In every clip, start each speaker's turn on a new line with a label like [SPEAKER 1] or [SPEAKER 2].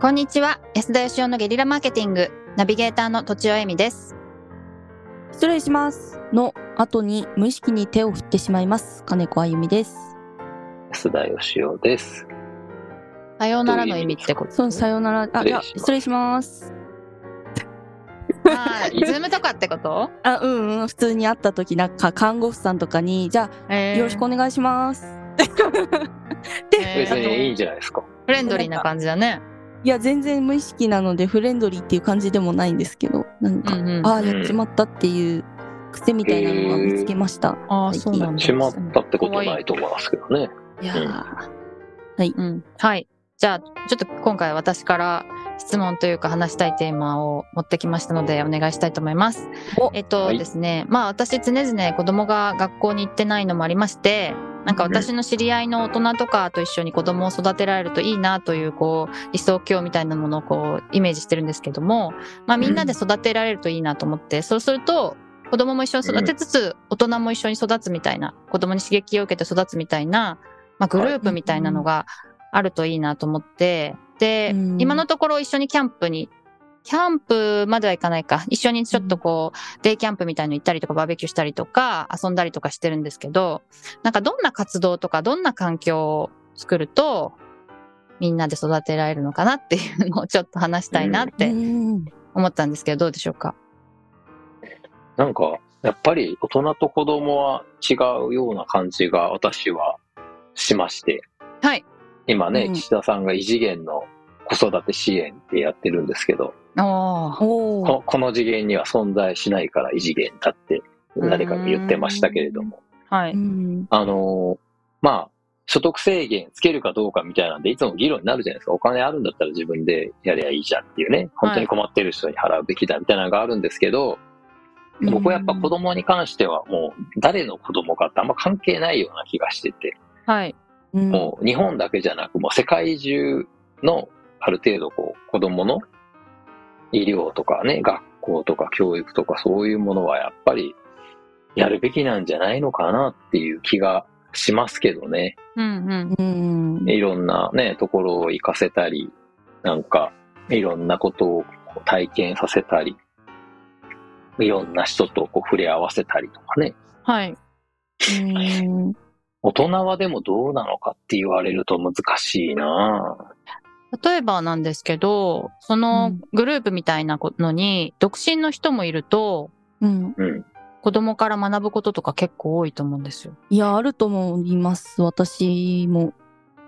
[SPEAKER 1] こんにちは安田義雄のゲリラマーケティングナビゲーターのとちおえみです
[SPEAKER 2] 失礼しますの後に無意識に手を振ってしまいます金子あゆみです
[SPEAKER 3] 安田義雄です。
[SPEAKER 1] さようならの意味ってこと
[SPEAKER 2] そうさようならあいや
[SPEAKER 3] 失
[SPEAKER 2] 失礼します
[SPEAKER 1] はいズームとかってこと、
[SPEAKER 2] あうんうん普通に会った時なんか看護婦さんとかにじゃあ
[SPEAKER 1] えー
[SPEAKER 2] よろしくお願いします、
[SPEAKER 1] え
[SPEAKER 3] 別
[SPEAKER 1] ー
[SPEAKER 3] にいいんじゃないですか。
[SPEAKER 1] フレンドリーな感じだね
[SPEAKER 2] いや全然無意識なのでフレンドリーっていう感じでもないんですけどなん
[SPEAKER 1] う
[SPEAKER 2] か、
[SPEAKER 1] んうん
[SPEAKER 2] ああやっちまったっていう癖みたいなのは見つけました、
[SPEAKER 1] あー
[SPEAKER 2] 最近
[SPEAKER 1] そうなんだ
[SPEAKER 3] しまったってことはないと思いますけどね。
[SPEAKER 2] いやー
[SPEAKER 1] うん、はいじゃあちょっと今回は私から質問というか話したいテーマを持ってきましたのでお願いしたいと思います
[SPEAKER 2] お。
[SPEAKER 1] えっと
[SPEAKER 3] はい
[SPEAKER 1] ですね、まあ私常々子供が学校に行ってないのもありましてなんか私の知り合いの大人とかと一緒に子供を育てられるといいなというこう理想郷みたいなものをこうイメージしてるんですけども、まあ、みんなで育てられるといいなと思って、そうすると子供も一緒に育てつつ大人も一緒に育つみたいな子供に刺激を受けて育つみたいな、まあ、グループみたいなのがあるといいなと思ってで、
[SPEAKER 2] うん
[SPEAKER 1] 今のところ一緒にキャンプにキャンプまでは行かないか一緒にちょっとこうデイキャンプみたいの行ったりとかバーベキューしたりとか遊んだりとかしてるんですけどなんかどんな活動とかどんな環境を作るとみんなで育てられるのかなっていうのをちょっと話したいなっ
[SPEAKER 2] う
[SPEAKER 1] て
[SPEAKER 2] ん
[SPEAKER 1] 思ったんですけどどうでしょうか
[SPEAKER 3] なんか、やっぱり大人と子供は違うような感じが私はしまして。
[SPEAKER 1] はい。
[SPEAKER 3] 今ね、
[SPEAKER 2] うん
[SPEAKER 3] 岸田さんが異次元の子育て支援ってやってるんですけど、
[SPEAKER 1] おー
[SPEAKER 2] おー
[SPEAKER 3] ここの次元には存在しないから異次元だって誰かが言ってましたけれども。
[SPEAKER 1] は
[SPEAKER 2] う
[SPEAKER 1] い
[SPEAKER 2] ん
[SPEAKER 3] あのーまあ、所得制限つけるかどうかみたいなんで、いつも議論になるじゃないですか。お金あるんだったら自分でやりゃいいじゃんっていうね、本当に困ってる人に払うべきだみたいなのがあるんですけど、
[SPEAKER 2] うん
[SPEAKER 3] 僕はやっぱ子供に関してはもう誰の子供かってあんま関係ないような気がしてて、
[SPEAKER 1] はい
[SPEAKER 2] うん
[SPEAKER 3] もう日本だけじゃなく、もう世界中のある程度こう子供の医療とかね、学校とか教育とかそういうものはやっぱりやるべきなんじゃないのかなっていう気がしますけどね。
[SPEAKER 1] うんうん
[SPEAKER 2] うん
[SPEAKER 3] いろんなね、ところを行かせたり、なんか、いろんなことをこう体験させたり、いろんな人とこう触れ合わせたりとかね。
[SPEAKER 1] はい
[SPEAKER 2] うん
[SPEAKER 3] 大人はでもどうなのかって言われると難しいなぁ
[SPEAKER 1] 例えばなんですけど、そうの
[SPEAKER 2] ん
[SPEAKER 1] グループみたいなのに、独身の人もいると、
[SPEAKER 2] うん
[SPEAKER 3] うん。
[SPEAKER 1] 子供から学ぶこととか結構多いと思うんですよ。
[SPEAKER 2] いやあると思います私も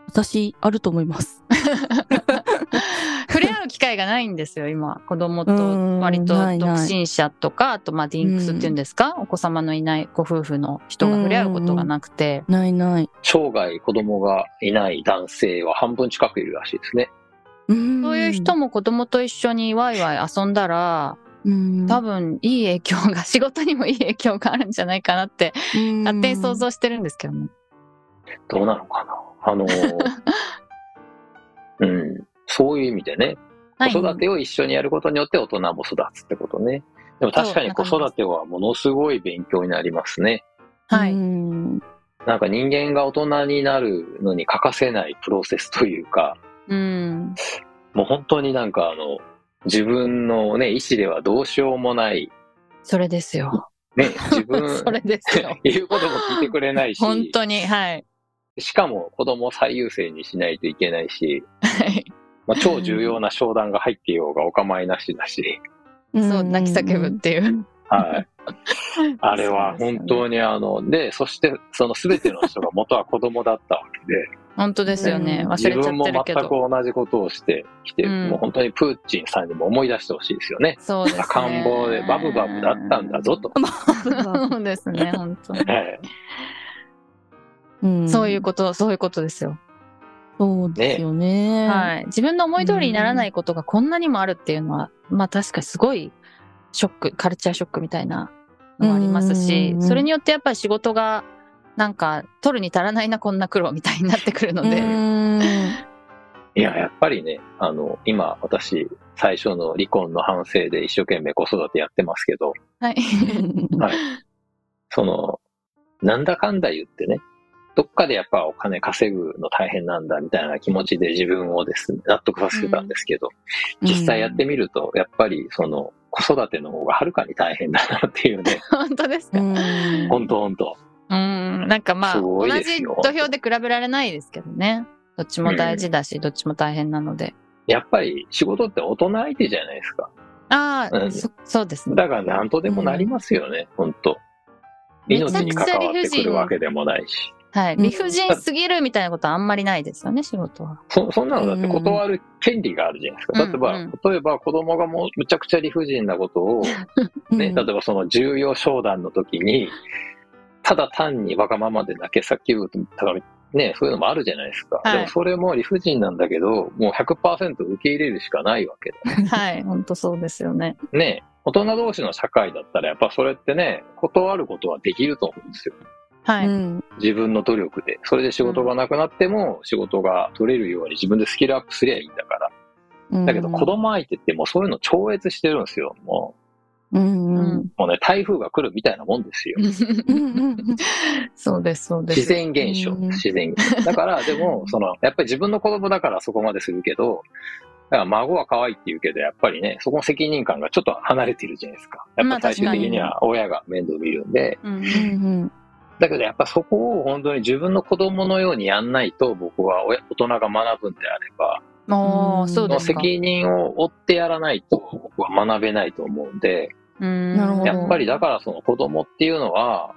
[SPEAKER 2] 私あると思います
[SPEAKER 1] 触れ合う機会がないんですよ、今。子供
[SPEAKER 2] う
[SPEAKER 1] と、
[SPEAKER 2] ん
[SPEAKER 1] 割と
[SPEAKER 2] ない
[SPEAKER 1] 独
[SPEAKER 2] ない
[SPEAKER 1] 身者とか、あと、まあ、ディンクスっていうんですか、お子様のいないご夫婦の人が触れ合うことがなくて。
[SPEAKER 2] ないない。
[SPEAKER 3] 生涯子供がいない男性は半分近くいるらしいですね。
[SPEAKER 2] うん
[SPEAKER 1] そういう人も子供と一緒にワイワイ遊んだら、
[SPEAKER 2] うん
[SPEAKER 1] 多分いい影響が、仕事にもいい影響があるんじゃないかなって、
[SPEAKER 2] うん
[SPEAKER 1] 勝手に想像してるんですけどね。
[SPEAKER 3] どうなのかなあのーうん。そういう意味でね、
[SPEAKER 1] はい
[SPEAKER 3] 子育てを一緒にやることによって大人も育つってことね。でも確かに子育てはものすごい勉強になりますね。
[SPEAKER 1] は
[SPEAKER 2] う
[SPEAKER 1] い。
[SPEAKER 2] ん
[SPEAKER 3] なんか人間が大人になるのに欠かせないプロセスというか、
[SPEAKER 1] うん。
[SPEAKER 3] もう本当になんかあの、自分のね、意思ではどうしようもない、
[SPEAKER 1] それですよ。
[SPEAKER 3] ね、自分。
[SPEAKER 1] そ、れですよ
[SPEAKER 3] 言うことも聞いてくれないし、
[SPEAKER 1] 本当に、はい。
[SPEAKER 3] しかも子供を最優先にしないといけないし、
[SPEAKER 1] はい
[SPEAKER 3] まあ、超重要な商談が入っていようがお構いなしだし、
[SPEAKER 1] そう、泣き叫ぶっ。ていう。
[SPEAKER 3] はい。あれは本当にあの、で、そしてその全ての人が元は子供だったわけで、
[SPEAKER 1] 本当ですよね。
[SPEAKER 2] うん
[SPEAKER 1] 忘
[SPEAKER 3] 自
[SPEAKER 1] れちゃ
[SPEAKER 3] 分
[SPEAKER 1] っ
[SPEAKER 3] も
[SPEAKER 1] て
[SPEAKER 3] 全
[SPEAKER 1] るけ
[SPEAKER 3] く
[SPEAKER 1] ど。
[SPEAKER 3] 同じことをしてきて、
[SPEAKER 1] うん
[SPEAKER 3] もう本当にプーチンさんにも思い出してほしいですよね。
[SPEAKER 1] そうですね。
[SPEAKER 3] 赤ん坊でバブバブだったんだぞ。と。
[SPEAKER 1] そうですね、本 当に。
[SPEAKER 3] はい
[SPEAKER 2] う ん
[SPEAKER 1] そういうこと、そういうことですよ。
[SPEAKER 2] そうですよね。
[SPEAKER 1] はい。自分の思い通りにならないことがこんなにもあるっていうのは、まあ確かにすごいショック、カルチャーショックみたいなのもありますし
[SPEAKER 2] う、ん
[SPEAKER 1] それによってやっぱり仕事が、なんか、取るに足らないな、こんな苦労みたいになってくるの
[SPEAKER 2] う
[SPEAKER 1] で。
[SPEAKER 2] ん
[SPEAKER 3] いや、やっぱりね、あの、今私、最初の離婚の反省で一生懸命子育てやってますけど、
[SPEAKER 1] はい。
[SPEAKER 3] その、なんだかんだ言ってね、どっかでやっぱお金稼ぐの大変なんだみたいな気持ちで自分をですね、納得させてたんですけど、実際やってみると、やっぱりその子育ての方がはるかに大変だなっていうね、
[SPEAKER 1] 本当ですか、うん、
[SPEAKER 2] うん
[SPEAKER 3] ほんとほんと。
[SPEAKER 1] なんかまあ、
[SPEAKER 3] す
[SPEAKER 1] 同
[SPEAKER 3] ごいで
[SPEAKER 1] じ
[SPEAKER 3] すよ
[SPEAKER 1] 土俵で比べられないですけどね。どっちも大事だし、どっちも大変なので。
[SPEAKER 3] やっぱり仕事って大人相手じゃないですか。
[SPEAKER 1] ああ、
[SPEAKER 3] うん
[SPEAKER 1] そそうですね。
[SPEAKER 3] だから何とでもなりますよね、ほんと。命に関わってくるわけでもないし。
[SPEAKER 1] はい。
[SPEAKER 2] うん
[SPEAKER 1] 理不尽すぎるみたいなことはあんまりないですよね、仕事は。
[SPEAKER 3] そそんなのだって断る権利があるじゃないですか。
[SPEAKER 1] うん
[SPEAKER 3] 例えば、
[SPEAKER 1] うん
[SPEAKER 3] 例えば子供がもうむちゃくちゃ理不尽なことを、ね、例えばその重要商談の時に、ただ単にわがままで泣け叫ぶとか、ね、そういうのもあるじゃないですか。
[SPEAKER 1] はい
[SPEAKER 3] でもそれも理不尽なんだけど、もう100%受け入れるしかないわけだ。
[SPEAKER 1] はい。本当そうですよね。
[SPEAKER 3] ね、大人同士の社会だったらやっぱそれってね、断ることはできると思うんですよ。
[SPEAKER 1] はい。
[SPEAKER 2] うん
[SPEAKER 3] 自分の努力で。それで仕事がなくなっても仕事が取れるように自分でスキルアップすりゃいいんだから。
[SPEAKER 2] うん
[SPEAKER 3] だけど子供相手ってもうそういうの超越してるんですよ。も
[SPEAKER 2] うんうん
[SPEAKER 3] うもうね、台風が来るみたいなもんですよ。
[SPEAKER 2] うんうんうん
[SPEAKER 1] そうです、そうで
[SPEAKER 3] 自
[SPEAKER 1] す。
[SPEAKER 3] 然現象、
[SPEAKER 2] うん
[SPEAKER 3] 自然現象。だから、でも、その、やっぱり自分の子供だからそこまでするけど、だから孫は可愛いって言うけど、やっぱりね、そこの責任感がちょっと離れてるじゃないですか。やっ
[SPEAKER 1] まあ
[SPEAKER 3] ぱ最終的には親が面倒見るんで、
[SPEAKER 1] うんうん
[SPEAKER 2] うん
[SPEAKER 3] だけどやっぱそこを本当に自分の子供のようにやんないと、僕は親大人が学ぶんであれば、
[SPEAKER 1] もう、そう
[SPEAKER 3] そ
[SPEAKER 1] で
[SPEAKER 3] の
[SPEAKER 1] すか。
[SPEAKER 3] 責任を負ってやらないと、僕は学べないと思うんで、
[SPEAKER 1] な
[SPEAKER 2] なるほど
[SPEAKER 3] やっぱりだからその子供っていうのは、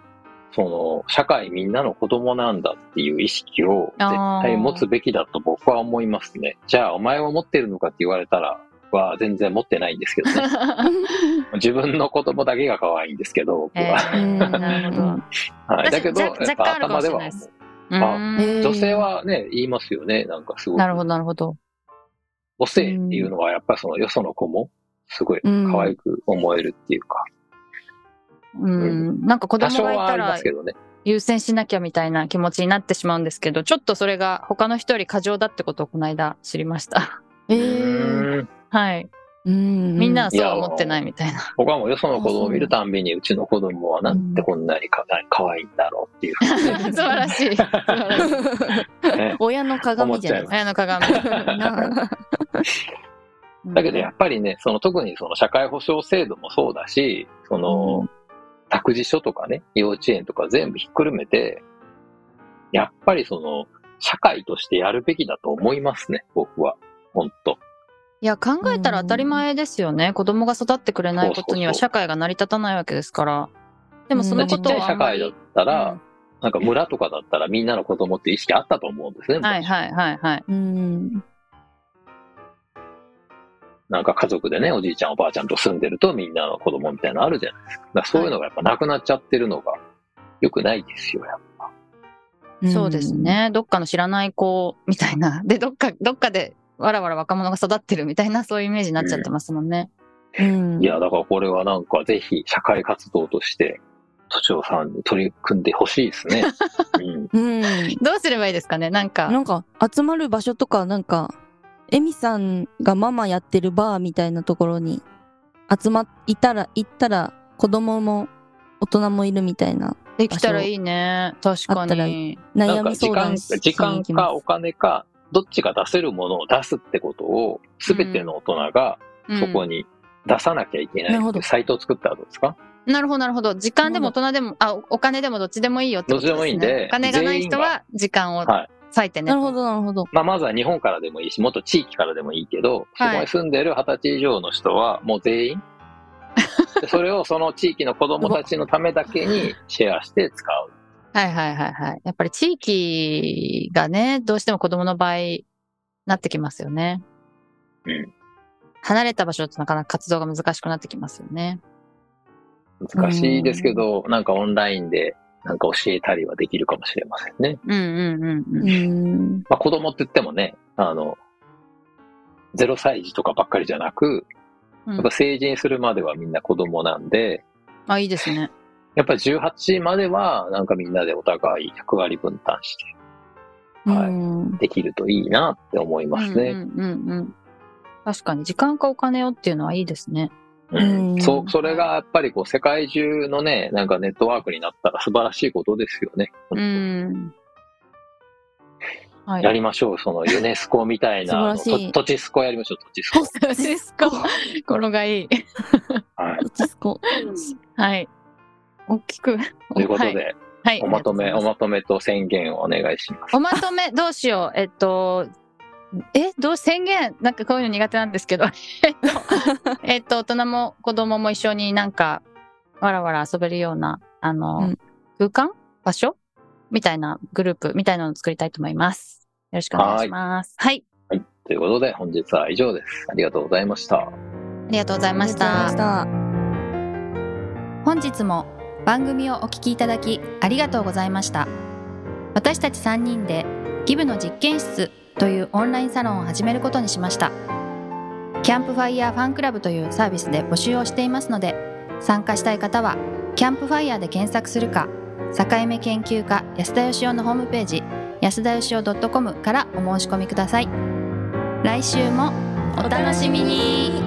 [SPEAKER 3] その社会みんなの子供なんだっていう意識を絶対持つべきだと僕は思いますね。じゃあお前は持ってるのかって言われたら、は全然持ってないんですけど ね。自分の子供だけが可愛いんですけど、僕
[SPEAKER 1] え
[SPEAKER 3] は。
[SPEAKER 1] ーなるほど。
[SPEAKER 3] はい。だけ
[SPEAKER 1] 私
[SPEAKER 3] ど、や
[SPEAKER 1] 若若
[SPEAKER 3] っ
[SPEAKER 1] 干
[SPEAKER 3] ぱ
[SPEAKER 1] あるかも
[SPEAKER 3] 頭
[SPEAKER 1] し
[SPEAKER 3] で
[SPEAKER 1] れ
[SPEAKER 3] は
[SPEAKER 1] ないで
[SPEAKER 3] 思
[SPEAKER 1] す
[SPEAKER 3] う。
[SPEAKER 1] うーん
[SPEAKER 2] えー
[SPEAKER 3] 女性はね、言いますよね。なんかすごく
[SPEAKER 1] なる。ほど、なるほど。
[SPEAKER 3] 母性っていうのはやっぱりそのよその子も、すごい可愛く思えるっていうか。
[SPEAKER 1] うん。なんか子
[SPEAKER 3] 多
[SPEAKER 1] 供
[SPEAKER 3] 少
[SPEAKER 1] がい
[SPEAKER 3] はあ
[SPEAKER 1] た
[SPEAKER 3] りま
[SPEAKER 1] ら
[SPEAKER 3] すけどね。
[SPEAKER 1] 優先しなきゃみたいな気持ちになってしまうんですけど、ちょっとそれが他の人より過剰だってことをこの間知りました。
[SPEAKER 2] えー
[SPEAKER 3] うん
[SPEAKER 1] はい。
[SPEAKER 2] うん
[SPEAKER 1] みんなはそうは思ってないみたいな。
[SPEAKER 3] 僕はもうよその子供を見るたんびに、うちの子供はなんてこんなにか可愛いんだろうっていうふう に ね
[SPEAKER 1] 素晴らしい。素晴らしい。
[SPEAKER 3] ね
[SPEAKER 2] 親の鏡じゃない
[SPEAKER 3] 思っちゃいま
[SPEAKER 1] 綾の鏡。
[SPEAKER 2] な
[SPEAKER 3] だけどやっぱりね、その特にその社会保障制度もそうだし、その、
[SPEAKER 1] うん
[SPEAKER 3] 託児所とかね、幼稚園とか全部ひっくるめて、やっぱりその、社会としてやるべきだと思いますね、僕は。本当
[SPEAKER 1] いや、考えたら当たり前ですよね。子供が育ってくれないことには
[SPEAKER 3] そうそ
[SPEAKER 1] 社会が成り立たないわけですから。でもそのこ
[SPEAKER 3] ちっ
[SPEAKER 1] と
[SPEAKER 3] ちゃい
[SPEAKER 1] をあ
[SPEAKER 3] 社
[SPEAKER 1] んま
[SPEAKER 3] 会だ
[SPEAKER 1] り。
[SPEAKER 3] ったら、
[SPEAKER 1] うん
[SPEAKER 3] なんか村とかだったらみんなの子供って意識あったと思うんですね。
[SPEAKER 1] はいはいはいはい。
[SPEAKER 2] うん
[SPEAKER 3] なんか家族でね、おじいちゃんおばあちゃんと住んでるとみんなの子供みたいなのあるじゃないですか。だからそういうのがやっぱなくなっちゃってるのが良くないですよ、やっ
[SPEAKER 1] そうですね。どっかの知らない子みたいな。 で、どっか、どっかでわらわら若者が育ってるみたいな、そういうイメージになっちゃってますもんね。
[SPEAKER 2] うん
[SPEAKER 3] ぱ。いや、だからこれはなんかぜひ社会活動として、都庁さんに取り組んでほしいですね。 うん。
[SPEAKER 2] うん
[SPEAKER 1] どうすればいいですかねなんか。
[SPEAKER 2] なんか集まる場所とかなんかエミさんがママやってるバーみたいなところに集まいたら行ったら子供も大人もいるみたいな
[SPEAKER 1] できたらいいね。確か
[SPEAKER 2] あったら
[SPEAKER 1] に。
[SPEAKER 3] な
[SPEAKER 2] 悩
[SPEAKER 3] んか
[SPEAKER 2] み
[SPEAKER 3] 時
[SPEAKER 2] 相
[SPEAKER 3] 間、
[SPEAKER 2] 談し
[SPEAKER 3] 時間かお金か、どっちが出せるものを出すってことを、すべての大人がそこ
[SPEAKER 1] に。
[SPEAKER 3] に出さなきゃいけない
[SPEAKER 2] なるほ
[SPEAKER 3] って
[SPEAKER 2] ど
[SPEAKER 3] いうサイトを作ったらどうですか、
[SPEAKER 1] なるほど、なるほど。時間でも大人でも、あ、おお金でもどっちでもいいよってことです、ね。
[SPEAKER 3] どっちでもいいんで
[SPEAKER 1] お金がない人
[SPEAKER 3] 全
[SPEAKER 1] は時間を
[SPEAKER 3] はい
[SPEAKER 1] 割いてね。
[SPEAKER 2] なるほどなるほど
[SPEAKER 3] まあ、まずは日本からでもいいし、もっと地域からでもいいけど、
[SPEAKER 1] はい
[SPEAKER 3] そこに住んでる20歳以上の人はもう全員、 でそれをその地域の子供たちのためだけにシェアして使う。
[SPEAKER 1] はいはいはいはい。やっぱり地域がね、どうしても子供の場合、なってきますよね。
[SPEAKER 3] うん
[SPEAKER 1] 離れた場所だとなかなか活動が難しくなってきますよね。
[SPEAKER 3] 難しいですけど、なんかオンラインでなんか教えたりはできるかもしれませんね。
[SPEAKER 1] うんうんうんうん。
[SPEAKER 2] うん
[SPEAKER 3] まあ、子供って言ってもね、あの、0歳児とかばっかりじゃなく、
[SPEAKER 1] うん
[SPEAKER 3] やっぱ成人するまではみんな子供なんで、
[SPEAKER 1] あ、いいですね。
[SPEAKER 3] やっぱり18まではなんかみんなでお互い役割分担してはい
[SPEAKER 2] うん
[SPEAKER 3] できるといいなって思いますね。
[SPEAKER 1] うんうんうんうん。確かに、時間かお金をっていうのはいいですね。
[SPEAKER 2] うん
[SPEAKER 3] そそれがやっぱりこう世界中のね、なんかネットワークになったら素晴らしいことですよね。
[SPEAKER 1] うん。はい
[SPEAKER 3] やりましょう、そのユネスコみたいな、あの
[SPEAKER 2] 素晴らしい
[SPEAKER 3] と土地スコやりましょう、土地ス コ。
[SPEAKER 1] そうですか。心がいい。
[SPEAKER 3] はい。
[SPEAKER 2] どっちすこ
[SPEAKER 1] はい。大きく。
[SPEAKER 3] ということで、
[SPEAKER 1] はい。はい
[SPEAKER 3] おまとめ、
[SPEAKER 1] ありが
[SPEAKER 3] お
[SPEAKER 1] うござい
[SPEAKER 3] まとめと宣言をお願いします。
[SPEAKER 1] すおまとめ、どうしよう。えっと、え、どう、宣言、なんかこういうの苦手なんですけど、 えっと、えっと、大人も子供も一緒になんか、わらわら遊べるような、あの、
[SPEAKER 2] うん
[SPEAKER 1] 空間場所みたいなグループみたいなのを作りたいと思います。よろしくお願いします。はい。
[SPEAKER 3] ということで、本日は以上です。ありがとうございました。
[SPEAKER 1] ありがとうございまし
[SPEAKER 2] ありがとうございま
[SPEAKER 1] た
[SPEAKER 2] し。た。
[SPEAKER 1] 本日も番組をお聞きいただきありがとうございました私たち3人でギブの実験室というオンラインサロンを始めることにしましたキャンプファイヤーファンクラブというサービスで募集をしていますので参加したい方はキャンプファイヤーで検索するか境目研究家安田義雄のホームページ安田義雄 .com からお申し込みください来週もお楽しみに